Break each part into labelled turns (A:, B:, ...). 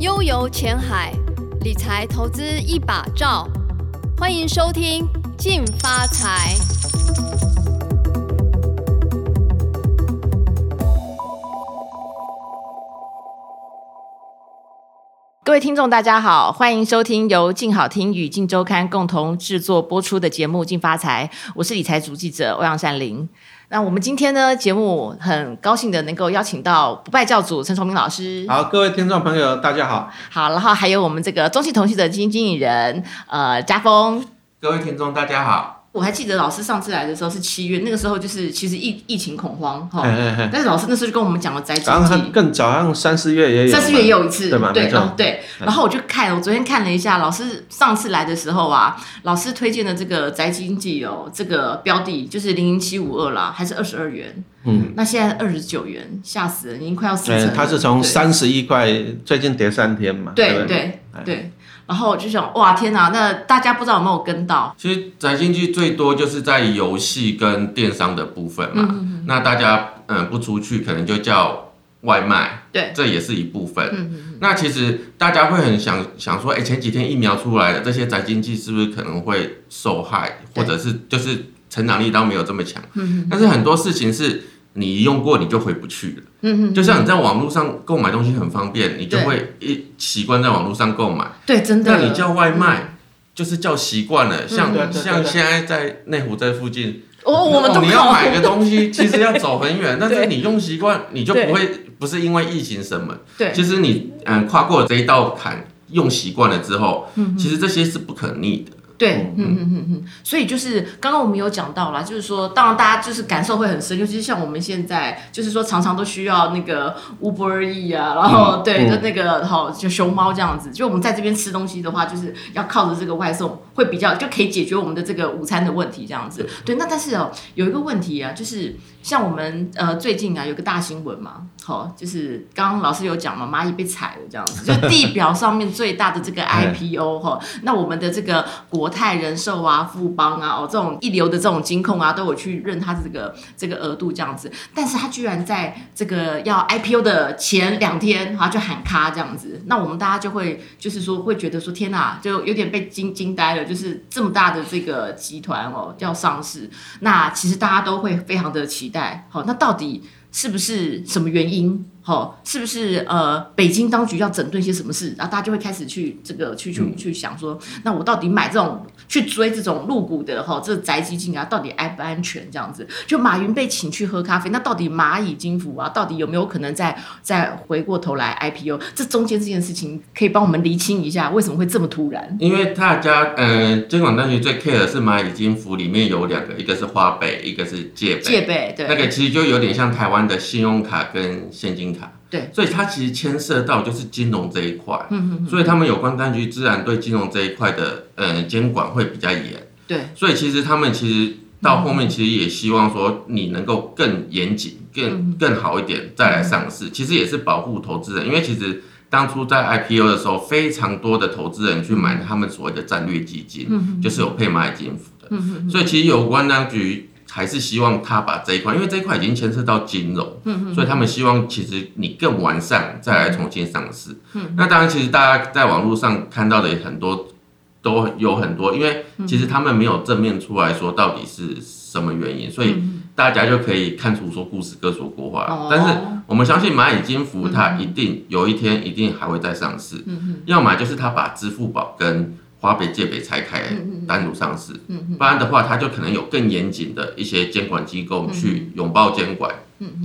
A: 悠游前海，理财投资一把照。欢迎收听《进发财》。
B: 各位听众，大家好，欢迎收听由静好听与静周刊共同制作播出的节目《静发财》，我是理财组记者欧阳善玲。那我们今天呢，节目很高兴的能够邀请到不败教主陈崇明老师，
C: 好，各位听众朋友，大家好，
B: 好，然后还有我们这个中信同系的基金经理人呃家峰。
C: 各位听众大家好，
B: 我还记得老师上次来的时候是七月，那个时候就是其实疫疫情恐慌哈，
C: 嘿嘿嘿，
B: 但是老师那时候就跟我们讲了宅经
C: 然后
B: 济
C: 很。更早上三四月也有，
B: 三四月也有一次，
C: 对嘛没错嗯
B: 哦对。然后我就看，我昨天看了一下，老师上次来的时候啊，老师推荐的这个宅经济哦，这个标的就是零零七五二啦，还是二十二元，
C: 嗯，
B: 那现在二十九元，吓死人，已经快要四成
C: 呃
B: 了。，
C: 它是从
B: 对
C: 三十一块，最近跌三天嘛，
B: 对
C: 不对，哎
B: 对对。然后我就想，哇，天哪！那大家不知道有没有跟到？
D: 其实宅经济最多就是在游戏跟电商的部分
B: 嗯
D: 嘛，那大家嗯不出去，可能就叫外卖，
B: 对，嗯
D: 这也是一部分。那其实大家会很想想说，哎、前几天疫苗出来了，这些宅经济是不是可能会受害，
B: 对嗯
D: 或者是就是成长力道没有这么强？但是很多事情是你用过你就回不去
B: 嗯
D: 了。
B: 嗯，
D: 就像你在网络上购买东西很方便，你就
B: 对
D: 会一习惯在网络上购买。
B: 对，真的。
D: 那你叫外卖，就是叫习惯了。像、
C: 对啊对啊
D: 像
C: 对啊
D: 现在在内湖这附近，
B: 哦，我们都
D: 哦你
B: 考
D: 要买个 东西，其实要走很远，但
B: 对
D: 是你用习惯，你就
B: 对
D: 不会不是因为疫情什么，
B: 对
D: 其实你嗯跨过这一道坎，用习惯了之后，
B: 嗯
D: 其实这些是不可逆的。
B: 对，嗯嗯嗯嗯，所以就是刚刚我们有讲到啦，就是说，当然大家就是感受会很深，尤其是像我们现在，就是说常常都需要那个 Uber E 啊，然后、
C: 嗯
B: 对，
C: 嗯
B: 就那个好就熊猫这样子，就我们在这边吃东西的话，就是要靠着这个外送，会比较就可以解决我们的这个午餐的问题这样子。对，那但是哦，有一个问题啊，就是像我们呃最近啊有个大新闻嘛，好、就是刚刚老师有讲嘛，蚂蚁被踩了这样子，就地表上面最大的这个 IPO 哈、那我们的这个国泰人寿啊、富邦啊，哦这种一流的这种金控啊，都有去认它这个这个额度这样子，但是它居然在这个要 IPO 的前两天，啊它就喊卡这样子，那我们大家就会就是说会觉得说天哪，就有点被惊惊呆了，就是这么大的这个集团哦要上市，那其实大家都会非常的期待。好、那到底是不是什么原因？好、是不是呃北京当局要整顿些什么事？然后大家就会开始去这个去去去想说，那我到底买这种去追这种入股的哈、这宅基金啊，到底安不安全？这样子，就马云被请去喝咖啡，那到底蚂蚁金服啊，到底有没有可能再再回过头来 IPO？这中间这件事情可以帮我们厘清一下，为什么会这么突然？
D: 因为大家嗯，监管当局最 care 的是蚂蚁金服里面有两个，一个是花呗，一个是借呗。
B: 戒备，对、
D: 那个其实就有点像台湾的信用卡跟现金卡，
B: 对，
D: 所以它其实牵涉到就是金融这一块，嗯嗯，所以他们有关当局自然对金融这一块的呃监管会比较严，
B: 对，
D: 所以其实他们其实到后面其实也希望说你能够更严谨、更更好一点再来上市，其实也是保护投资人，因为其实。当初在 IPO 的时候，非常多的投资人去买他们所谓的战略基金，就是有配蚂蚁金服的。所以其实有关当局还是希望他把这一块，因为这一块已经牵涉到金融，所以他们希望其实你更完善，再来重新上市。那当然，其实大家在网络上看到的也很多，都有很多，因为其实他们没有正面出来说到底是什么原因，所以大家就可以看出说故事各说各话。
B: 哦
D: 但是我们相信蚂蚁金服它一定有一天一定还会再上市，要么就是它把支付宝跟花呗、借呗拆开单独上市，不然的话，它就可能有更严谨的一些监管机构去拥抱监管，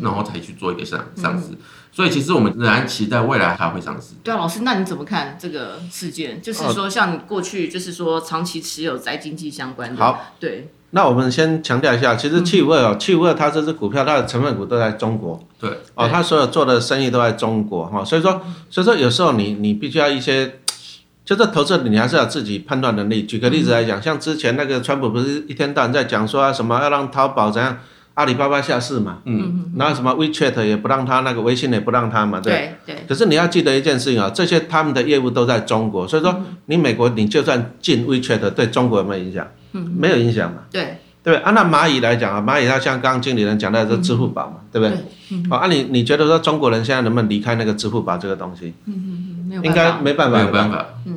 D: 然后才去做一个上上
B: 嗯
D: 市。所以其实我们仍然期待未来它会上市。
B: 对啊，老师，那你怎么看这个事件？就是
C: 哦
B: 说，像你过去就是说长期持有宅经济相关的，
C: 好，
B: 对
C: 那我们先强调一下，其实七五二哦，七五二它这只股票，它的成分股都在中国，
D: 对，
C: 哦，它所有做的生意都在中国哈、所以说，所以说有时候你你必须要一些，就是投资人你还是要自己判断能力。举个例子来讲，像之前那个川普不是一天到晚在讲说、啊、什么要让淘宝怎样，阿里巴巴下市嘛，嗯，然后什么 WeChat 也不让他，那个微信也不让他嘛，啊对。
B: 对对
C: 可是你要记得一件事情啊、这些他们的业务都在中国，所以说你美国你就算进 WeChat 对中国有没有影响？嗯，没有影响嘛。
B: 对
C: 对不对？按、照蚂蚁来讲啊，蚂蚁它像刚刚经理人讲到的是支付哦宝嘛，对不对？好、啊你你觉得说中国人现在能不能离开那个支付宝这个东西？嗯嗯
B: 没有
C: 应
B: 办
C: 该
B: 法，嗯
C: 没办法
D: 没
C: 了
D: 有
C: 吧，
D: 办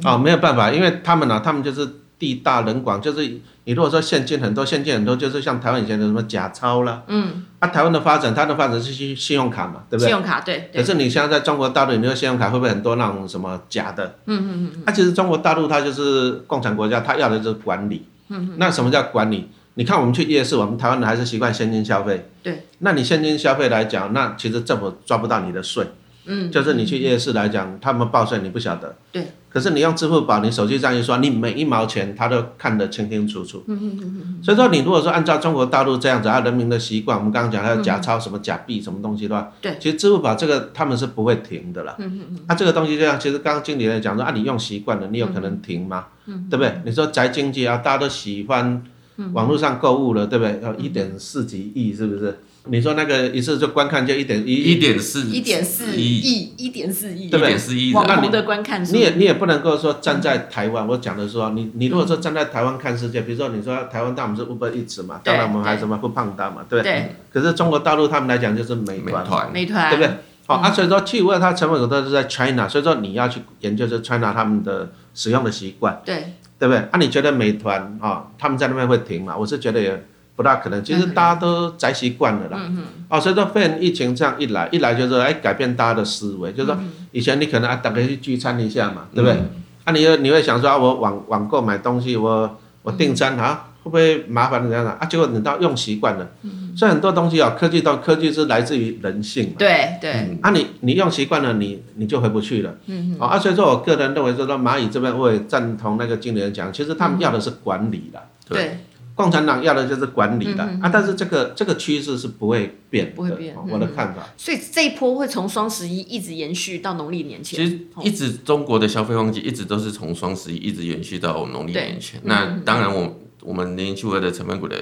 D: 法，
C: 啊、没有办法，因为他们呢、他们就是地大人广，就是你如果说现金很多，现金很多，就是像台湾以前的什么假钞啦，
B: 嗯，
C: 啊，台湾的发展，它的发展是信信用卡嘛，对不
B: 信
C: 对？
B: 用卡对
C: 可
B: 对，
C: 是你现在在中国大陆，你说信用卡会不会很多那种什么假的？嗯嗯嗯。那、其实中国大陆它就是共产国家，它要的就是管理。嗯嗯。那什么叫管理？你看我们去夜市，我们台湾人还是习惯现金消费。
B: 对。
C: 那你现金消费来讲，那其实政府抓不到你的税。
B: 嗯，
C: 就是你去夜市来讲，他们报税你不晓得。
B: 对。
C: 可是你用支付宝，你手机上一刷，你每一毛钱他都看得清清楚楚。嗯嗯嗯。所以说，你如果说按照中国大陆这样子，啊，人民的习惯，我们刚刚讲还有假钞、什么假币、什么东西的话，
B: 对
C: 其实支付宝这个他们是不会停的啦。嗯嗯嗯。啊，这个东西就像其实刚刚经理也讲说，啊，你用习惯了，你有可能停吗？嗯。对不对？你说宅经济啊，大家都喜欢网络上购物了，对不对？要一点四几亿是不是？你说那个一次就观看就一点一亿
D: 一点四
B: 一点四
D: 一
B: 亿，一点四亿
D: 一，点四亿
B: 网
D: 人，
B: 红的观看数，
C: 你也你也不能够说站在台湾，我讲的是说，你你如果说站在台湾看世界，比如说你说台湾大我们是 Uber 一直嘛，
B: 嗯对
C: 当然我们还有
B: 对
C: 什么不胖大嘛，对不对？
B: 对
C: 可是中国大陆他们来讲就是美
D: 美
C: 团，
D: 团
B: 美团嗯
C: 对不对？好、啊，所以说去问它成本都是在 China，所以说你要去研究这 China 他们的使用的习惯，
B: 对
C: 对不对？啊，你觉得美团啊、他们在那边会停吗？我是觉得也不大可能，其实大家都宅习惯了啦。嗯哦，所以说肺炎疫情这样一来，一来就是哎改变大家的思维，就是说以前你可能啊大概去聚餐一下嘛，对不对？啊，你又你会想说啊，我网网购买东西，我我订餐啊，会不会麻烦人家啊？结果等到用习惯了，所以很多东西啊，科技到科技是来自于人性嘛。
B: 对对，
C: 啊你，你用习惯了，你你就回不去了。嗯哦，啊，所以说我个人认为，说到蚂蚁这边，我也赞同那个经理人讲，其实他们要的是管理啦，
B: 对嗯
C: 共产党要的就是管理啦。啊，但是这个这个趋势是不会变的，
B: 不会变嗯
C: 哦我的看法。
B: 所以这一波会从双十一一直延续到农历年前。
D: 其实一直中国的消费旺季一直都是从双十一一直延续到农历
B: 对嗯
D: 年前。那当然我，我们零零七五二的成分股的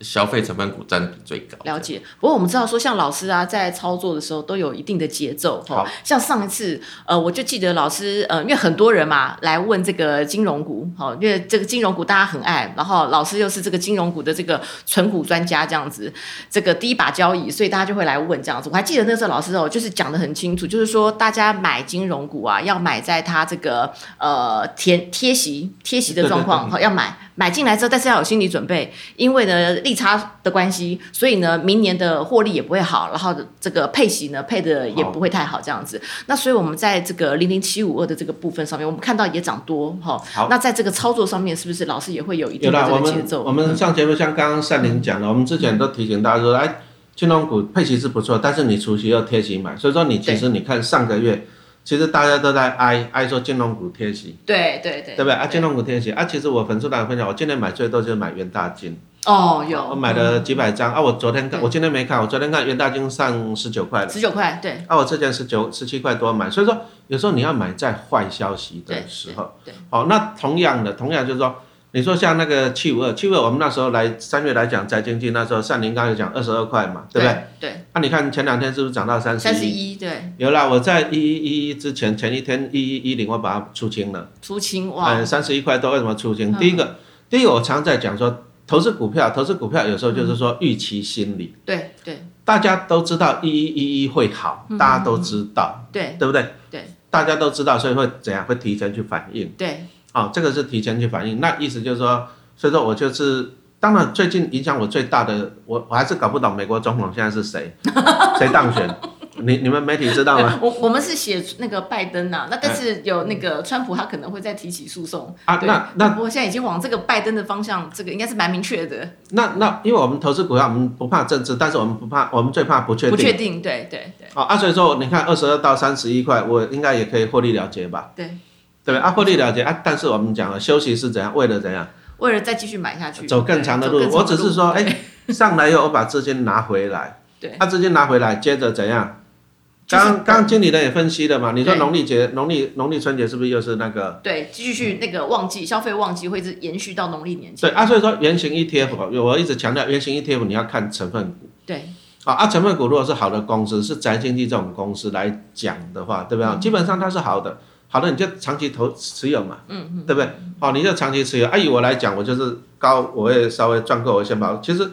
D: 消费成分股占比最高。
B: 了解，不过我们知道说，像老师啊，在操作的时候都有一定的节奏。哦
C: 好
B: 像上一次，呃，我就记得老师，呃，因为很多人嘛来问这个金融股，哦，因为这个金融股大家很爱，然后老师又是这个金融股的这个存股专家，这样子，这个第一把交椅，所以大家就会来问这样子。我还记得那时候老师哦，就是讲的很清楚，就是说大家买金融股啊，要买在它这个呃贴贴息贴息的状况，
C: 对对对
B: 好要买买进来之后，但是要有心理准备，因为呢利差的关系，所以呢明年的获利也不会好，然后这个配息呢配的也不会太好这样子。那所以我们在这个零零七五二的这个部分上面，我们看到也涨多哈
C: 好。
B: 那在这个操作上面，是不是老师也会有一
C: 有
B: 定的
C: 啦，我
B: 这个节
C: 们
B: 奏？嗯
C: 我们上节目像刚刚善玲讲的，我们之前都提醒大家说，哎，金融股配息是不错，但是你除夕要贴息买，所以说你其实你看上个月，其实大家都在哀哀说金融股贴息，
B: 对对对，
C: 对不对？啊，金融股贴息啊，其实我粉丝团分享，我今年买最多就是买元大金，
B: 哦
C: 我
B: 有
C: 买了几百张啊，我昨天看，
B: 对
C: 我今天没看，我昨天看元大金上十九块了。
B: 十九块，对
C: 啊，我之前十九、十七块多买，所以说有时候你要买在坏消息
B: 对
C: 的时候。
B: 对对
C: 好、那同样的，同样就是说，你说像那个七五二，七五二，我们那时候来三月来讲宅经济，那时候善林刚刚有讲二十二块嘛，对不对？
B: 对，
C: 那、你看前两天是不是涨到三
B: 三
C: 十
B: 十
C: 一？
B: 一对
C: 有啦，我在一一一一之前，前一天一一一零，我把它出清了。
B: 出清哇，嗯
C: 嗯，三十一块多，为什么出清？第一个，第一个我常在讲说，投资股票，投资股票有时候就是
B: 嗯
C: 说预期心理，
B: 对对
C: 大家都知道一一一一会好，
B: 嗯
C: 大家都知道，
B: 对
C: 对不对？
B: 对
C: 大家都知道，所以会怎样？会提前去反应
B: 对，
C: 啊、这个是提前去反应。那意思就是说，所以说我就是，当然最近影响我最大的，我我还是搞不懂美国总统现在 是谁，谁当选？你你们媒体知道吗？
B: 我我们是写那个拜登呐、那但是有那个川普，他可能会再提起诉讼
C: 啊
B: 对
C: 那那
B: 不过现在已经往这个拜登的方向，这个应该是蛮明确的，
C: 那那因为我们投资股票，我们不怕政治，但是我们不怕，我们最怕不确
B: 不确
C: 定。
B: 定，对对对
C: 哦，啊，所以说你看二十二到三十一块，我应该也可以获利了结吧？
B: 对，
C: 对不对？啊，获利了结啊，但是我们讲了，休息是怎样，为了怎样
B: 为了再继续买下去，
C: 走更长的
B: 对
C: 路。
B: 走
C: 我
B: 更
C: 只
B: 长的
C: 是说，
B: 对
C: 哎，上来以后我把资金拿回来。
B: 对
C: 他资金拿回来，接着怎样？
B: 就是
C: 刚刚经理人也分析了嘛，你说
B: 对
C: 农历节、农历农历春节是不是又是那个？
B: 对，继续那个旺季消费旺季会是延续到农历年
C: 对
B: 前，
C: 啊，所以说圆形 ETF，哦我一直强调圆形 ETF 你要看成分股
B: 对
C: 啊，啊成分股如果是好的公司，是宅经济这种公司来讲的话，对不对？基本上它是好的，好的你就长期投持有嘛，嗯嗯，对不对？好、你就长期持有。啊，以我来讲，我就是高，我会稍微赚够，我先跑。其实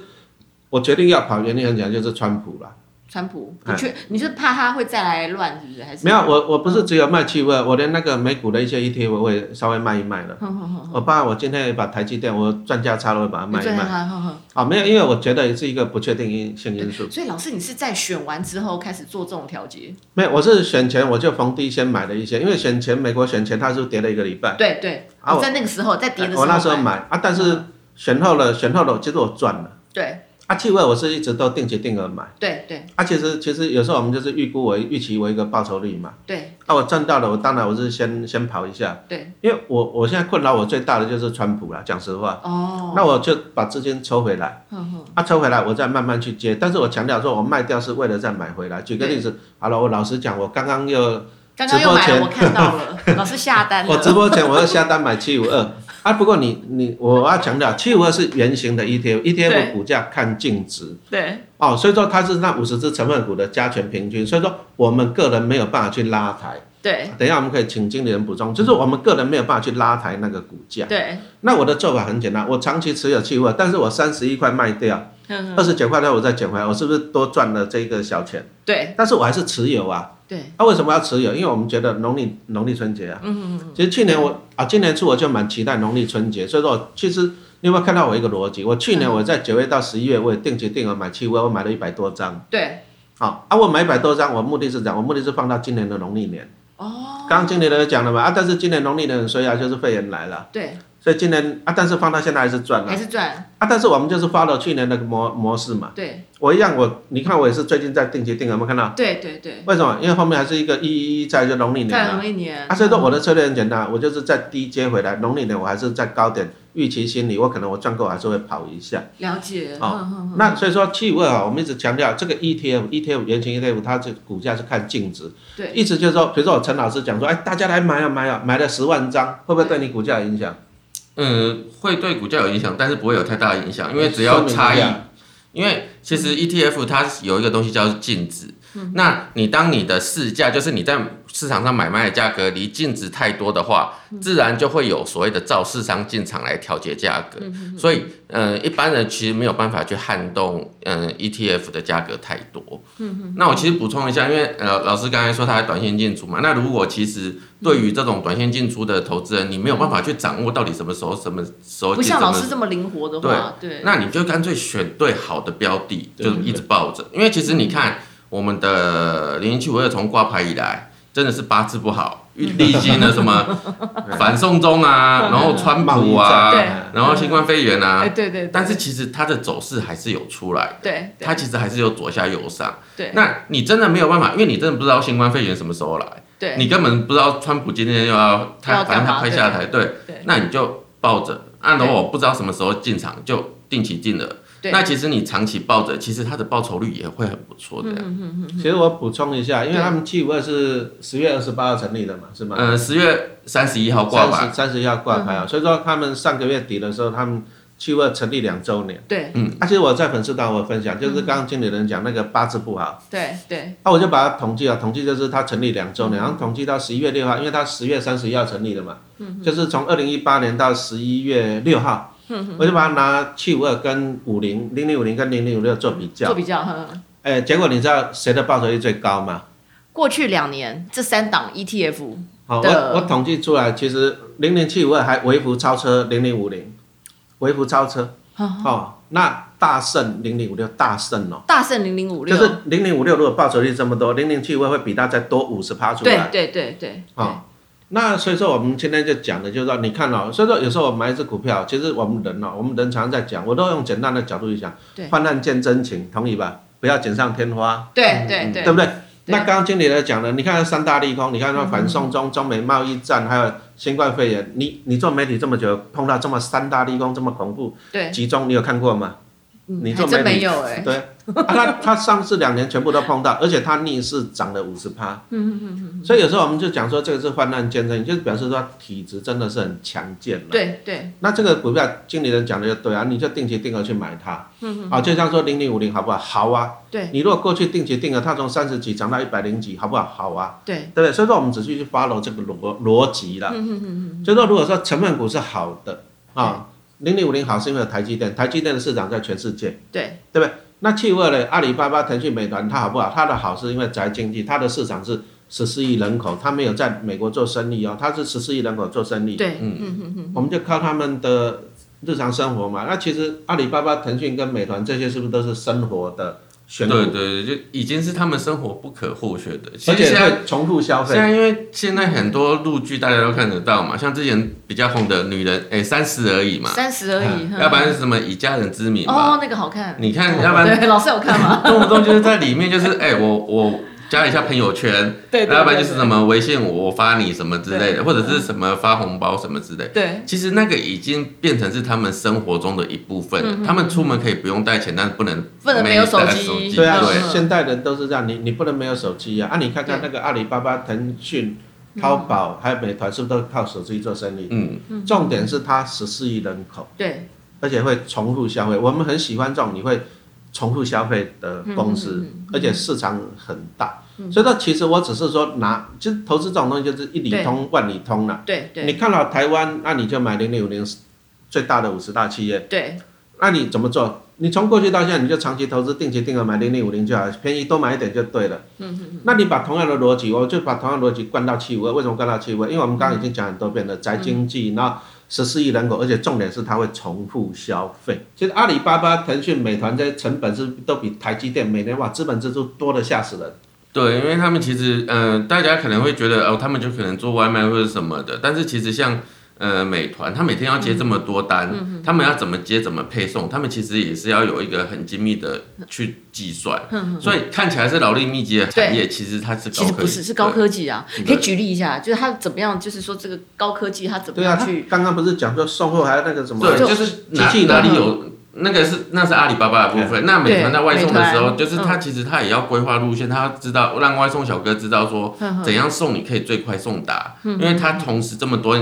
C: 我决定要跑，原因很简单，就是川普啦。
B: 川普，你确你是怕他会再来乱，是不是？还是
C: 哎没有，我我不是只有卖气味，我连那个美股的一些 ETF 我也稍微卖一卖了。
B: 哼哼哼
C: 我怕我今天也把台积电我赚价差了，我会把它
B: 你
C: 卖一
B: 最
C: 卖。
B: 害怕哼哼
C: 啊，没有，因为我觉得是一个不确定因性因素。
B: 所以老师，你是在选完之后开始做这种调节？
C: 没有，我是选前我就逢低先买了一些，因为选前美国选前它是跌了一个礼拜，
B: 对对，
C: 啊
B: 你
C: 我
B: 在那个时候在跌的时候，嗯
C: 我那时候，买啊，但是选后了，选后了，其实我赚了。
B: 对
C: 啊，气味我是一直都定期定额买，
B: 对对
C: 啊，其实其实有时候我们就是预估我预期我一个报酬率嘛，
B: 对
C: 啊，我赚到了，我当然我是先先跑一下，
B: 对，
C: 因为我我现在困扰我最大的就是川普啦，讲实话，
B: 哦，嗯
C: 那我就把资金抽回来，
B: 哼哼
C: 啊，抽回来我再慢慢去接，但是我强调说我卖掉是为了再买回来。举个例子，好了，我老实讲，我刚刚又
B: 刚刚
C: 直
B: 又
C: 播
B: 买了，
C: 前
B: 我看到了，老师下单了，
C: 我直播前我要下单买七五二啊，不过你你我要强调，七五二是圆形的 E ETF，ETF
B: 对
C: 股价看净值
B: 对
C: 哦，所以说它是那五十只成分股的加权平均，所以说我们个人没有办法去拉抬。
B: 对
C: 等一下我们可以请经理人补充，就是我们个人没有办法去拉抬那个股价。
B: 对，
C: 那我的做法很简单，我长期持有七五二，但是我三十一块卖掉，
B: 哼
C: 二
B: 哼
C: 十九块六我再捡回来，我是不是多赚了这个小钱？
B: 对
C: 但是我还是持有啊。
B: 对，
C: 那、为什么要持有？因为我们觉得农历农历春节啊，嗯其实去年我啊，今年初我就蛮期待农历春节，所以说我其实你有没有看到我一个逻辑？我去年我在九月到十一月，我也定期定额买期货，我买了一百多张。
B: 对
C: 好、啊，我买一百多张，我目的是讲，我目的是放到今年的农历年。
B: 哦，
C: 刚刚经理人有讲了嘛啊，但是今年农历年很衰啊，就是肺炎来了，
B: 对
C: 所以今年啊，但是放到现在还是赚了
B: 还是赚，
C: 啊，但是我们就是 follow 去年那个模模式嘛。
B: 对
C: 我一样，我你看我也是最近在定期定额，有没有看到？
B: 对对对，
C: 为什么？因为后面还是一个一一一在就农历年
B: 再
C: 啊。
B: 容一年，嗯
C: 啊，所以说我的策略很简单，我就是在低接回来，农历年我还是在高点，预期心理，我可能我赚够还是会跑一下。
B: 了解，嗯
C: 哦
B: 哼哼哼
C: 那所以说七五二啊，我们一直强调这个 ETF，ETF E 原型 ETF，它这股价是看净值，
B: 对
C: 意思就是说，比如说我陈老师讲说，哎，大家来买啊买啊，买了十万张，会不会对你股价有影响？
D: 嗯，会对股价有影响，但是不会有太大的影响，因为只要
C: 说明一
D: 差
B: 嗯
D: 异
C: 下
D: 因为其实 ETF 它有一个东西叫做净值，
B: 嗯
D: 那你当你的市价就是你在市场上买卖的价格离净值太多的话，
B: 嗯
D: 自然就会有所谓的照市商进场来调节价
B: 嗯
D: 格。所以，呃，一般人其实没有办法去撼动，嗯、ETF 的价格太多。
B: 嗯
D: 那我其实补充一下，因为呃，老师刚才说他短线进出嘛，那如果其实对于这种短线进出的投资人，你没有办法去掌握到底什么时候什么时候
B: 不
D: 进，什
B: 像
D: 么
B: 老
D: 时候
B: 师这么灵活的话，对，
D: 那你就干脆选对好的标的，
C: 对
D: 就是一直抱着。因为其实你
B: 嗯
D: 看，我们的零零七五二从挂牌以来，真的是八字不好，
B: 嗯
D: 历经了什 么反送中啊，然后川
C: 贸易
D: 普
B: 对
D: 啊，
C: 战，
D: 然后新冠肺炎啊
B: 哎，对对，对
D: 但是其实它的走势还是有出来，
B: 对对
D: 它其实还是有左下右上。
B: 对
D: 那你真的没有办法，因为你真的不知道新冠肺炎什么时候来，
B: 对
D: 你根本不知道川普今天又要
B: 要
D: 他，
B: 干
D: 反正
B: 嘛
D: 他快
B: 对
D: 下台，对，
B: 对
D: 那你就抱着。按照我不知道什么时候进场，就定期定额。
B: 对，
D: 那其实你长期抱着，其实它的报酬率也会很不错的。
B: 嗯
C: 其实我补充一下，因为
B: 对
C: 他们七五二是十月二十八号成立的嘛，是吗？
D: 呃，十月三十一号挂
C: 三
D: 牌，
C: 十三十要挂
B: 嗯
C: 牌啊，所以说他们上个月底的时候，他们七五二成立两周年。
B: 对
C: 啊，其实我在粉丝团我分享，就是刚刚经理人讲那个八字不好，
B: 对对
C: 啊，我就把它统计了，统计就是它成立两周年，然后统计到十一月六号，因为它十月三十一号成立的嘛，
B: 嗯
C: 就是从二零一八年到十一月六号，
B: 嗯
C: 我就把它拿七五二跟五零零零五零跟零零五六做比
B: 做
C: 较，
B: 比较，嗯哼。
C: 哎，结果你知道谁的报酬率最高吗？
B: 过去两年这三档 E ETF
C: 好，
B: 的
C: 我我统计出来，其实零零七五二还微幅超车零零五零，微幅超车。
B: 啊
C: 哦，那大胜零零五六大胜哦，
B: 大胜零零五
C: 就
B: 六，
C: 是零零五六如果报酬率这么多，零零七五二会比它再多五十趴出
B: 对
C: 来。
B: 对对对，
C: 哦，那所以说我们今天就讲的就是说，你看哦，所以说有时候我们买一只股票，其实我们人哦，我们人常在讲，我都用简单的角度去讲
B: 对，
C: 患难见真情，同意吧？不要锦上添花。
B: 对对
C: 对
B: 对嗯
C: 不对？那刚刚经理在讲了，你看三大利空，你看那反送中、中美贸易战，还有新冠肺炎，你你做媒体这么久，碰到这么三大利空这么恐怖
B: 对，
C: 集中，你有看过吗？
B: 嗯
C: 你
B: 还
C: 做
B: 真
C: 媒
B: 没
C: 体，
B: 有哎，
C: 对，啊、他他上市两年全部都碰到，而且他逆势涨了五十趴，嗯嗯嗯，所以有时候我们就讲说这个是患难见真，就是表示说体质真的是很强健了。
B: 对对
C: 那这个股票经理人讲的就对啊，你就定期定额去买它，嗯嗯，啊，就像说零零五零好不好？好啊，
B: 对
C: 你如果过去定期定额，它从三十几涨到一百零几，好不好？好啊，
B: 对
C: 对不对？所以说我们只是去 follow 这个逻逻辑了。嗯嗯嗯。所以说，如果说成分股是好的啊，零零五零好是因为有台积电，台积电的市场在全世界，
B: 对
D: 嗯
C: 对不对？那去为了阿里巴巴、腾讯、美团，它好不好？它的好是因为宅经济，它的市场是十四亿人口，它没有在美国做生意哦，它是十四亿人口做生意，
B: 对，
D: 嗯
B: 嗯嗯嗯，
C: 我们就靠他们的日常生活嘛。那其实阿里巴巴、腾讯跟美团这些是不是都是生活的选股？
D: 对对对，就已经是他们生活不可或缺的。其
C: 而
D: 实
C: 且
D: 现在
C: 会重复消费。
D: 现在因为现在很多陆剧大家都看得到嘛，像之前比较红的《女人》哎，三十而已嘛，嗯
B: 三十而已，哼
D: 要不然是什么以家人之名嘛，
B: 哦，那个好看，
D: 你看，要 不然
B: 对，老师有看吗？
D: 动不动就是在里面就是哎、我我加一下朋友圈，
B: 对，对
D: 要不然就是
B: 对
D: 什么微信我我发你什么之类的，或者是什么发红包什么之类的。
B: 对，
D: 其实那个已经变成是他们生活中的一部分了。他们出门可以不用带钱，但是不能
B: 嗯不能没有手
D: 带
B: 机
D: 机。
C: 对啊
B: 对，
C: 现代人都是这样，你你不能没有手机啊！啊，你看看那个阿里巴巴、腾讯、淘宝还有美团，是不是都靠手机做生意？
D: 嗯，
C: 重点是它十四亿人口，
B: 对，
C: 而且会重复消费。我们很喜欢这种你会重复消费的公司，而且市场很大。所以说，其实我只是说拿，其实投资这种东西就是一里通万里通啦。
B: 对，
C: 你
B: 对，
C: 看到台湾，那你就买零零五零最大的五十大企业，
B: 对，
C: 那你怎么做？你从过去到现在，你就长期投资，定期定额买零零五零就好，便宜多买一点就对了。嗯嗯。那你把同样的逻辑，我就把同样的逻辑灌到七五二。为什么灌到七五二？因为我们刚刚已经讲很多遍了，宅经济，然后十四亿人口，而且重点是它会重复消费。其实阿里巴巴、腾讯、美团这些成本是都比台积电每年哇资本支出多的吓死人。
D: 对，因为他们其实，嗯、大家可能会觉得哦，他们就可能做外卖或者什么的，但是其实像。呃，美团他每天要接这么多单，
B: 嗯
D: 他们要怎么接、怎么配送，他们其实也是要有一个很精密的去计算，
B: 嗯
D: 所以看起来是劳力密集的产业，其实它是高
B: 其
D: 科技，
B: 实不是，是高
D: 对
B: 科技啊，
D: 对
B: 可以举例一下，就是它怎么样，就是说这个高科技它怎么
C: 对啊，
B: 样
C: 他
B: 去，
C: 刚刚不是讲说送货还有那个什么？
D: 对，
B: 就
D: 就是
C: 机
D: 哪
C: 器人
D: 哪里
C: 嗯
D: 有那个是那是阿里巴巴的部分。那美团在外送的时候，
B: 美团嗯
D: 就是他其实他也要规划路线，他要知道让外送小哥知道说
B: 嗯
D: 怎样送你可以最快送达，因为他同时这么多。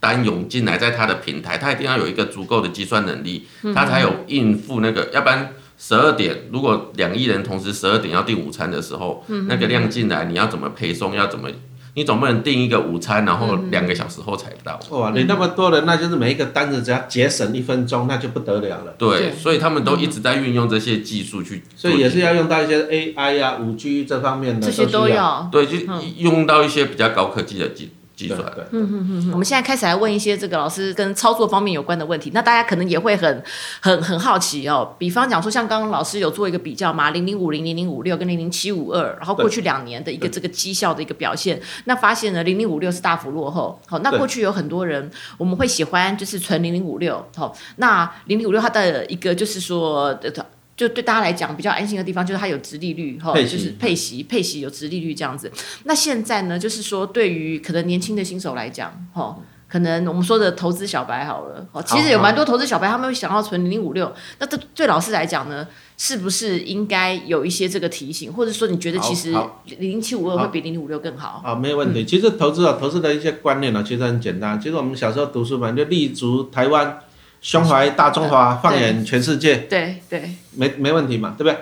D: 单涌进来，在他的平台，他一定要有一个足够的计算能力，
B: 嗯
D: 他才有应付那个，要不然十二点，如果两亿人同时十二点要订午餐的时候，
B: 嗯
D: 那个量进来，你要怎么配送，要怎么，你总不能订一个午餐，然
B: 嗯
D: 后两个小时后才到。
C: 哇，你那么多人，那就是每一个单子只要节省一分钟，那就不得了了。
D: 对，
B: 对
D: 所以他们都一直在运用这些技术去
C: 嗯所
D: 做
C: 以也是要用到一些 AI 呀、五 G 这方面的
B: 这些
C: 都
B: 都
C: 需。
B: 要。
D: 对，就用到一些比较高科技的计计
C: 对
D: 算。
C: 对，
B: 嗯我们现在开始来问一些这个老师跟操作方面有关的问题，那大家可能也会很很很好奇哦。比方讲说，像刚刚老师有做一个比较嘛，零零五零、零零五六跟零零七五二，然后过去两年的一个这个绩效的一个表现，那发现呢，零零五六是大幅落后。好，那
C: 对
B: 过去有很多人我们会喜欢就是存零零五六，好，那零零五六它的一个就是说呃就对大家来讲比较安心的地方，就是它有直利率，哈，
C: 配
B: 就
C: 息
B: 是配息，配息有直利率这样子。那现在呢，就是说对于可能年轻的新手来讲，哈，可能我们说的投资小白好了，哦，其实有蛮多投资小白他们会想要存零零五六，那这对老师来讲呢，是不是应该有一些这个提醒，或者说你觉得其实
C: 好
B: 零零七五二会比零零五六更好？
C: 啊，没有问
B: 嗯
C: 题。其实投资啊，投资的一些观念呢、其实很简单。其实我们小时候读书嘛，就立足台湾、胸怀大中华，放眼全世界，
B: 对对
C: 没没问题嘛，对不对？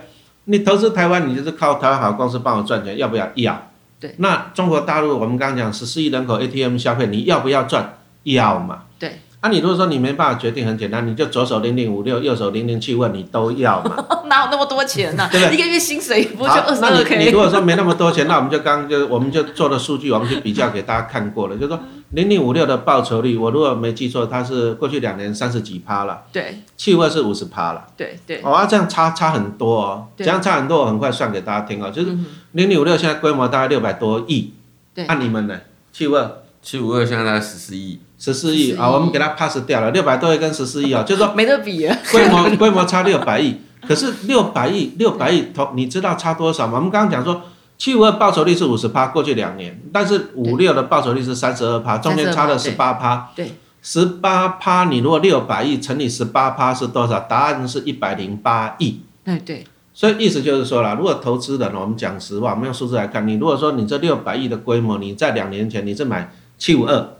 C: 你投资台湾，你就是靠台湾好公司帮我赚钱，要不要？要。
B: 对。
C: 那中国大陆，我们刚刚讲十四亿人口 ATM 消费，你要不要赚？要嘛。
B: 对。
C: 啊，你如果说你没办法决定，很简单，你就左手零零五六，右手零零七问，你都要嘛。
B: 哪有哦那么多钱呢、
C: 对不对
B: 一个月薪水也不就
C: 好，
B: 二十
C: 那
B: 二
C: 你你
B: k，
C: 如果说没那么多钱，那我们就刚就我们就做了数据，我们去比较给大家看过了，就是说零零五六的报酬率，我如果没记错，它是过去两年三十几趴了，
B: 对
C: 气味是五十趴了。
B: 对对，
C: 哦，啊、这样差差很多哦，
B: 对
C: 这样差很多，我很快算给大家听哦，就是
B: 嗯
C: 零零五六现在规模大概六百多亿，
B: 对
C: 按、你们呢？气味
D: 七五二现在大概十四亿，
C: 十四亿啊，我们给它 pass 掉了，六百多亿跟十四亿哦，就是说
B: 没得比啊，
C: 规模规模差六百亿，可是六百亿六百亿投，你知道差多少吗？我们刚刚讲说，七五二报酬率是五十趴，过去两年，但是五六的报酬率是三十二趴，中间差了十八趴。
B: 对，
C: 十八趴，你如果六百亿乘以十八趴是多少？答案是一百零八亿。
B: 哎对
C: 所以意思就是说啦，如果投资人，我们讲实话，我们用数字来看，你如果说你这六百亿的规模，你在两年前你是买七五二，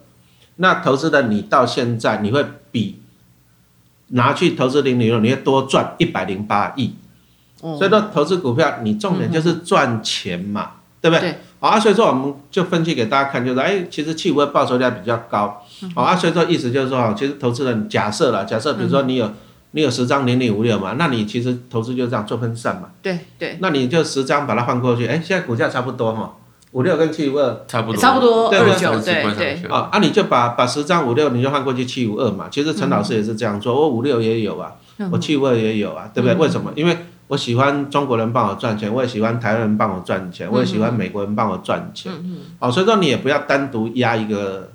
C: 那投资人你到现在你会比拿去投资零零六，你会多赚一百零八亿。
B: 哦
C: 所以说投资股票，你重点就是赚钱嘛，对不对？
B: 对
C: 好啊，所以说我们就分析给大家看，就是哎，其实七五二哦报酬率还比较高。好啊，所以说意思就是说，其实投资人假设了，假设比如说你有你有十张零零五六嘛，那你其实投资就这样做分散嘛，
B: 对对，
C: 那你就十张把它换过去，哎，现在股价差不多哈，五六跟七五二
D: 差不多，
B: 差不多
C: 对
B: 二
C: 对
B: 九，对
D: 对
B: 对，
C: 啊，啊你就把把十张五六你就换过去七五二嘛，其实陈老师也是这样做，我五六也有啊，我七五二也有啊，对不对？为什么？因为我喜欢中国人帮我赚钱，我也喜欢台湾人帮我赚钱，我也喜欢美国人帮我赚钱，嗯哦，所以说你也不要单独压一个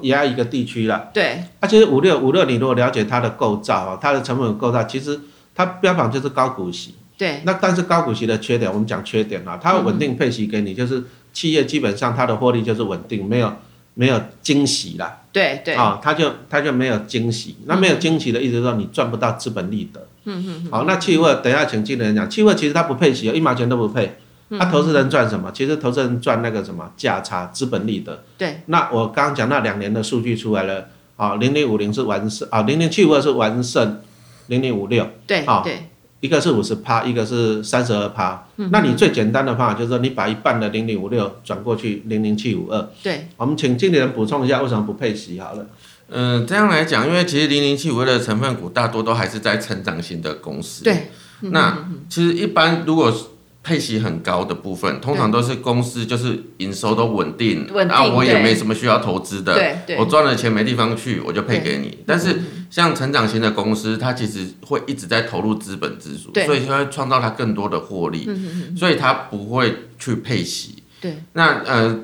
C: 压一个地区啦。
B: 对，
C: 啊，其实五六五六，你如果了解它的构造啊，它的成本构造，其实它标榜就是高股息。
B: 对，
C: 那但是高股息的缺点，我们讲缺点啊，它稳定配息给你，就是企业基本上它的获利就是稳定，没有没有惊喜啦。
B: 对，对，
C: 啊、它就它就没有惊喜。那没有惊喜的意思是说你赚不到资本利得。嗯嗯。好，那期货等一下请经理人讲，期货其实它不配息哦，一毛钱都不配。那、投资人赚什么？其实投资人赚那个什么价差、资本利得。
B: 对，
C: 那我刚刚讲那两年的数据出来了，啊、零零五零是完胜，啊、零零七五二是完胜，零零五六，
B: 对，
C: 好
B: 对，
C: 一个是五十趴，一个是三十二趴。
B: 嗯
C: 那你最简单的方法就是说，你把一半的零零五六转过去零零七五二。
B: 对，
C: 我们请经理人补充一下，为什么不配息好了？
D: 嗯，这样来讲，因为其实零零七五的成分股大多都还是在成长型的公司。
B: 对。嗯
D: 那其实一般如果配息很高的部分，通常都是公司就是营收都稳定，
B: 稳定
D: 啊，我也
B: 对
D: 没什么需要投资的，
B: 对对
D: 我赚了钱没地方去，我就配给你。但是像成长型的公司，它其实会一直在投入资本支出，
B: 对嗯
D: 所以它会创造它更多的获利，所以它不会去配息。
B: 对，
D: 那呃。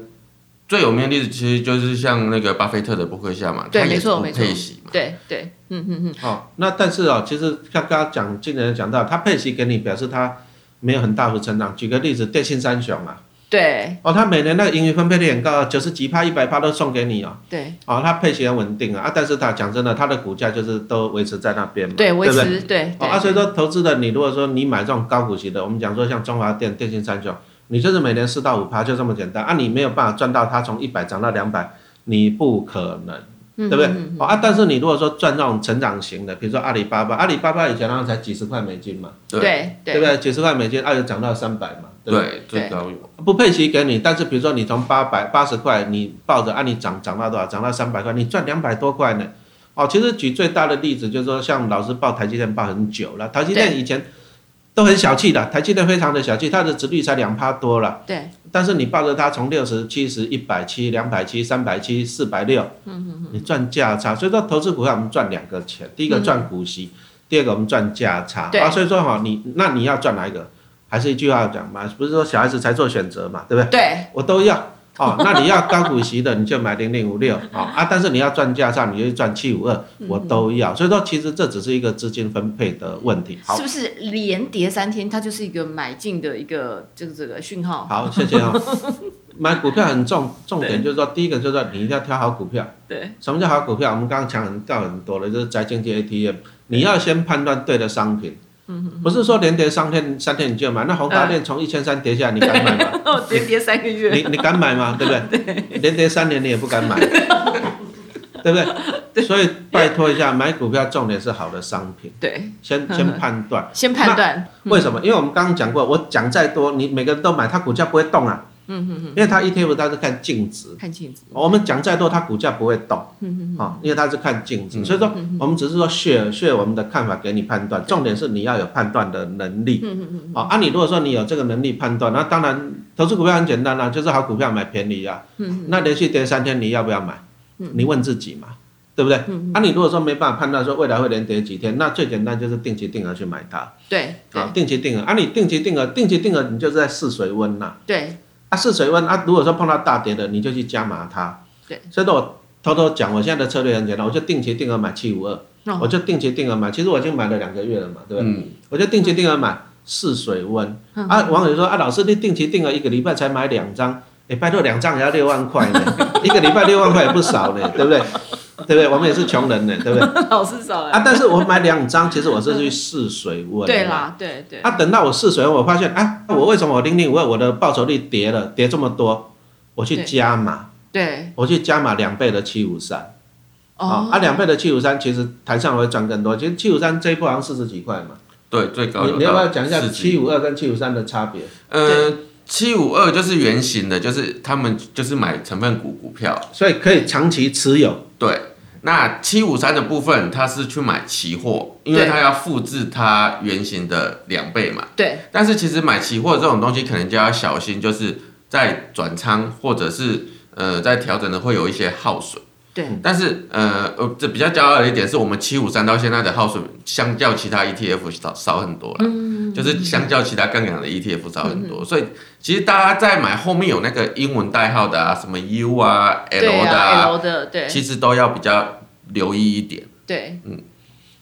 D: 最有名的例子其实就是像那个巴菲特的伯克夏嘛，
B: 对
D: 他也
B: 没
D: 是
B: 错
D: 不
B: 没错
D: 配息嘛，
B: 对，对，嗯
C: 哦，那但是哦，其实像刚刚讲经理人讲到，他配息给你表示他没有很大幅成长。举个例子，电信三雄啊，
B: 对，
C: 哦，他每年那个盈余分配率很高，九十几趴、一百趴都送给你哦。
B: 对，
C: 哦，它配息很稳定啊，啊，但是它讲真的，它的股价就是都维持在那边嘛，
B: 对，维
C: 不对？
B: 持，对，
C: 哦，
B: 对
C: 啊，所以说投资的你如果说你买这种高股息的，我们讲说像中华电、电信三雄，你就是每年四到五趴，就这么简单啊，你没有办法赚到它从一百涨到两百，你不可能。
B: 嗯
C: 对不对？哦啊，但是你如果说赚那种成长型的，比如说阿里巴巴，阿里巴巴以前好像才几十块美金嘛，
B: 对，
C: 对不对？几十块美金，啊，就涨到三百嘛，对不对
D: 对，最高有
C: 不配息给你，但是比如说你从八百八十块，你抱着啊按、你涨涨到多少？涨到三百块，你赚两百多块呢。哦，其实举最大的例子就是说，像老师抱台积电抱很久了，台积电以前都很小气的，台积电非常的小气，它的值率才两趴多了。
B: 对，
C: 但是你抱着它从六十、七十、一百七、两百七、三百七、四百六，你赚价差。所以说投资股票我们赚两个钱，第一个赚股息，第二个我们赚价差。
B: 对
C: 啊，所以说哈，你那你要赚哪一个？还是一句话讲嘛，不是说小孩子才做选择嘛，对不对？
B: 对，
C: 我都要。哦，那你要高股息的，你就买零零五六啊啊！但是你要赚价差，你就赚七五二，我都要。所以说，其实这只是一个资金分配的问题。好
B: 是，不是连跌三天，它就是一个买进的一个这个这个讯号？
C: 好，谢 谢啊、买股票很重，重点就是说，第一个就是说你一定要挑好股票。
B: 对
C: 什么叫好股票？我们刚刚讲很到很多了，就是宅经济 ATM，你要先判断对的商品。不是说连跌三天三天你就买，那宏达电从一千三跌下来，你敢买 吗？
B: 哦，连跌三个月，
C: 你你敢买吗？对不对？连跌三年你也不敢 买，对不对？所以拜托一下，买股票重点是好的商品，
B: 对，
C: 先
B: 嗯
C: 先判断。
B: 先判断，
C: 为什么？因为我们刚刚讲过，我讲再多，你每个人都买，它股价不会动啊。嗯因为它 ETF 它是看净值，
B: 看清楚，
C: 我们讲再多，它股价不会动，啊，因为它是看净值，所以说我们只是说 share share 我们的看法给你判断，重点是你要有判断的能力，好啊，你如果说你有这个能力判断，那当然投资股票很简单啦、啊就是好股票买便宜啊，那连续跌三天你要不要买？你问自己嘛，对不对？啊，你如果说没办法判断说未来会连跌几天，那最简单就是定期定额去买它
B: 对
C: 啊，定期定额啊，你定期定额，定期定额你就是在试水温呐、
B: 对
C: 啊，试水温啊，如果说碰到大跌的，你就去加码它。
B: 对，
C: 所以说我偷偷讲，我现在的策略很简单，我就定期定额买七五二，
B: 哦
C: 我就定期定额买。其实我已经买了两个月了嘛，对不对？
D: 嗯，
C: 我就定期定额买试水温。
B: 嗯
C: 啊，网友说啊，老师你定期定额一个礼拜才买两张，哎，拜托两张也要六万块呢， 一个礼拜六万块也不少呢， 对不对？对不对？我们也是穷人呢，对不对？
B: 对，老是少
C: 啊，
B: 了，
C: 但是我买两张，其实我是去试水温。
B: 对。啦，对对
C: 啊，等到我试水温，我发现，哎，我为什么我零零五二我的报酬率跌了，跌这么多？我去
B: 对
C: 加码，
B: 对，
C: 我去加码两倍的七五三
B: 哦，
C: 啊，两倍的七五三，其实台上我会赚更多。其实七五三这一波好像四十几块嘛，
D: 对，最高
C: 你
D: 有
C: 你要不
D: 到
C: 要讲一下
D: 40
C: 七五二跟七五三的差别？
D: 呃，七五二就是圆形的，就是他们就是买成分股股票，
C: 所以可以长期持有，
D: 对。那七五三的部分，它是去买期货，因为
B: 对
D: 它要复制它原型的两倍嘛。
B: 对，
D: 但是其实买期货这种东西，可能就要小心，就是在转仓或者是呃在调整的会有一些耗损。
B: 对，
D: 但是呃呃，这比较骄傲的一点是我们七五三到现在的耗损，相较其他 ETF 少少很多了，
B: 嗯
D: 就是相较其他杠杆的 ETF 少很多。所以其实大家在买后面有那个英文代号的啊，什么 U 啊、L
B: 对
D: 的
B: 啊
D: 啊，
B: ，L 的，对
D: 其实都要比较留意一点。
B: 对，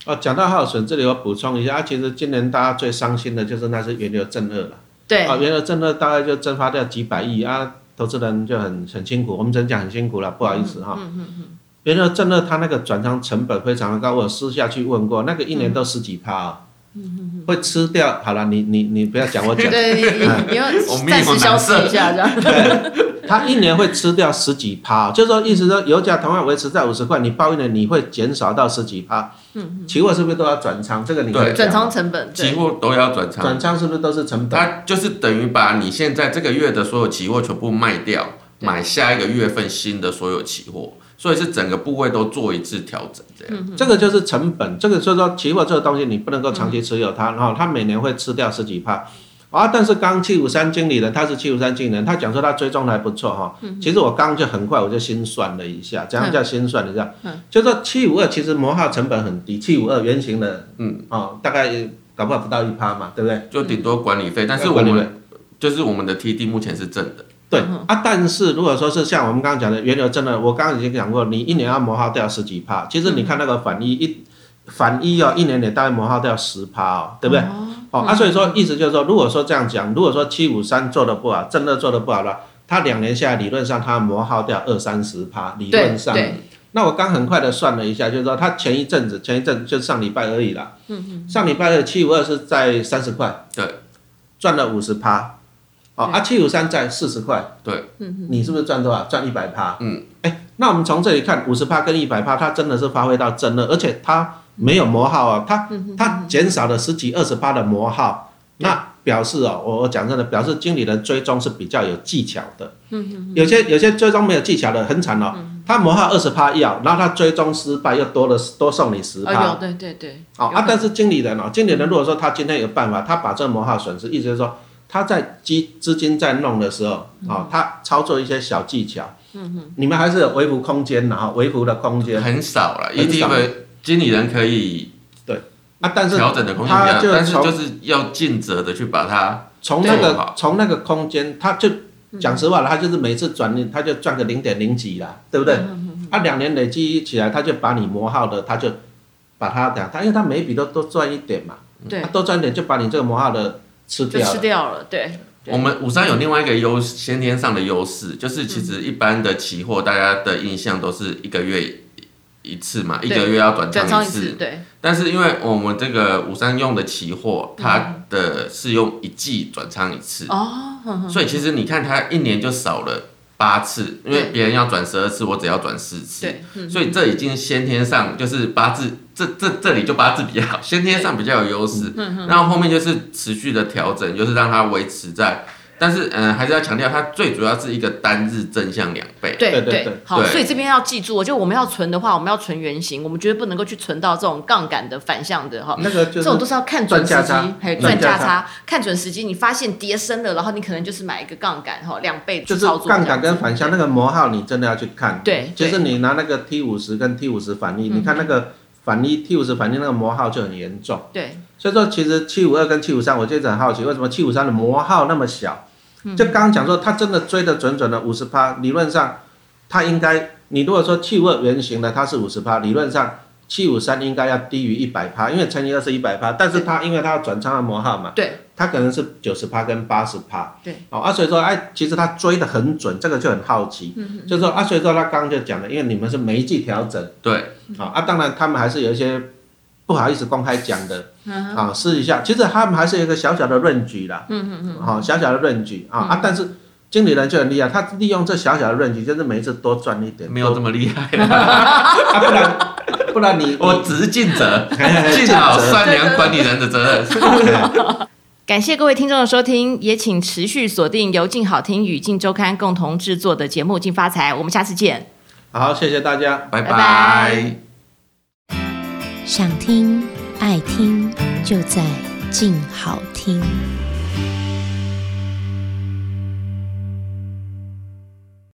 C: 哦，讲到耗损，这里我补充一下，啊、其实今年大家最伤心的就是那是原油正二了。
B: 对
C: 啊，原油正二大概就蒸发掉几百亿啊，投资人就很很辛苦，我们只能讲很辛苦了，不好意思哈。嗯嗯嗯。原油正二它那个转仓成本非常的高，我私下去问过，那个一年都十几趴哦。嗯嗯。会吃掉，好了，你你你不要讲， 我讲。
B: 对，你你要
D: 我们
B: 暂
D: 也有
B: 时消
D: 蓝
B: 失
D: 色
B: 一下这样。
C: 它一年会吃掉十几趴，就是说意思说油价同样维持在五十块，你报一年你会减少到十几趴。嗯嗯。期货是不是都要转仓？这个你可以
D: 对
B: 转
C: 讲
B: 仓
C: 吗
B: 成本，
D: 期
B: 对
D: 货都要转仓
C: 转，仓是不是都是成本？
D: 它就是等于把你现在这个月的所有期货全部卖掉，
B: 对
D: 买下一个月份新的所有期货，所以是整个部位都做一次调整，这
B: 嗯
D: 样。
C: 这个就是成本，这个所以说期货这个东西你不能够长期持有它，然后它每年会吃掉十几趴。啊，但是刚七五三经理人，他是七五三经理人，他讲说他追踪得还不错哈、其实我刚就很快我就心算了一下，怎样叫心算？你知道，就说七五二其实磨耗成本很低，七五二原型的，嗯，哦，大概搞不好不到一趴嘛，对不对？
D: 就顶多管理费，但是我
C: 管理费
D: 们就是我们的 TD 目前是正的，
C: 对、啊，但是如果说是像我们刚刚讲的原油真的，我刚刚已经讲过，你一年要磨耗掉十几趴，其实你看那个反一、一反一哦，一年你大概磨耗掉十趴哦，对不对？哦啊，所以说意思就是说，如果说这样讲，如果说七五三做的不好，正二做的不好了，它两年下来理论上它磨耗掉二三十趴，理论上。
B: 对
C: 那我刚很快的算了一下，就是说它前一阵子，前一阵子就上礼拜而已啦。嗯嗯。上礼拜的七五二是在三十块。
D: 对。
C: 赚了五十趴。哦啊，七五三在四十块。
D: 对。
C: 你是不是赚多少？赚一百趴。嗯。哎，那我们从这里看，五十趴跟一百趴，它真的是发挥到真了，而且它没有磨耗啊，它它减少了十几二十趴的磨耗，那表示哦，我我讲真的，表示经理人追踪是比较有技巧的。有些有些追踪没有技巧的很惨哦，他磨耗二十趴要，然后他追踪失败又多了多送你十
B: 啊有
C: 趴，
B: 对对对，
C: 好、
B: 有
C: 啊
B: 可！
C: 但是经理人哦，经理人如果说他今天有办法，他把这磨耗损失，意思就是说他在基资金在弄的时候，
B: 嗯
C: 哦，他操作一些小技巧，嗯哼，你们还是有微幅空间哦的哈，微幅的空间
D: 很少了。
C: 很少
D: ETF 的经理人可以
C: 啊，但是
D: 调整的空间比
C: 他
D: 较，
C: 就
D: 但是
C: 从
D: 就是要尽责的去把它
C: 从那
D: 做
C: 个
D: 好
C: 从那个空间，他就
B: 嗯
C: 讲实话了，他就是每次转你，他就赚个零点零几啦，对不对？
B: 嗯
C: 他两年累积起来，他就把你磨耗的，他就把它讲，他因为他每一笔都多赚一点嘛，
B: 对
C: 他，多赚一点就把你这个磨耗的吃
B: 就
C: 掉
B: 吃
C: 了。
B: 掉了，对对
D: 我们五三有另外一个优先天上的优势，就是其实一般的期货，大家的印象都是一个月一次嘛，一
B: 对
D: 个月要转
B: 转仓
D: 仓一
B: 一次，
D: 次。
B: 对
D: 但是因为我们这个五三用的期货，它的是用一季转仓一次，
B: 哦，哼哼
D: 所以其实你看它一年就少了八次，因为
B: 对
D: 别人要转十二次，我只要转四次。
B: 对，嗯
D: 所以这已经先天上就是八字，这这这里就八字比较好，先天上比较有优势。然后后面就是持续的调整，就是让它维持在，但是嗯、呃还是要强调，它最主要是一个单日正向两倍。
B: 对
C: 对对
B: 对
C: 对，
B: 好，
D: 对
B: 所以这边要记住哦，就我们要存的话，我们要存原型，我们绝对不能够去存到这种杠杆的反向的哈。
C: 那个就
B: 这
C: 是
B: 种都是要看准时
C: 赚
B: 机
C: 价差，
B: 还有赚
C: 赚
B: 价
C: 价
B: 差，看准时机，你发现跌升了，然后你可能就是买一个杠杆哈，两倍去
C: 就是
B: 操作这样
C: 杠
B: 子，
C: 杆跟反向那个磨耗，你真的要去看。
B: 对嗯对
C: 就是你拿那个 T 五十跟 T 五十反一，你看那个反一 T 五十反一那个磨耗就很严重。
B: 对
C: 所以说，其实七五二跟七五三，我就一直很好奇，为什么七五三的磨耗那么小？
B: 嗯
C: 就刚刚讲说，它真的追得准准的五十趴，理论上它应该，你如果说七五二原型的它是五十趴，理论上七五三应该要低于一百趴，因为乘以二是一百趴，但是它因为它要转仓的磨耗嘛，
B: 对
C: 它可能是九十趴跟八十趴，
B: 对，
C: 哦啊，所以说哎，其实它追得很准，这个就很好奇，就是说啊，所以说他刚刚就讲了，因为你们是每一季调整。
D: 对，
C: 啊啊，当然他们还是有一些不好意思公开讲的，啊，试一下。其实他们还是有一个小小的论据啦，嗯嗯嗯，好、小小的论据啊、啊，但是经理人就很厉害，他利用这小小的论据，就是每一次多赚一 点，
D: 没有这
C: 多
D: 么厉害啦，
C: 啊，不然不然你
D: 我只是尽责， 尽
C: 尽
D: 好
C: 责
D: 善良管理人的责任。
B: 感谢各位听众的收听，也请持续锁定由静好听与静周刊共同制作的节目《静发财》，我们下次见。
C: 好，谢谢大家。
D: 拜
B: 拜拜
E: 想听爱听就在静好听。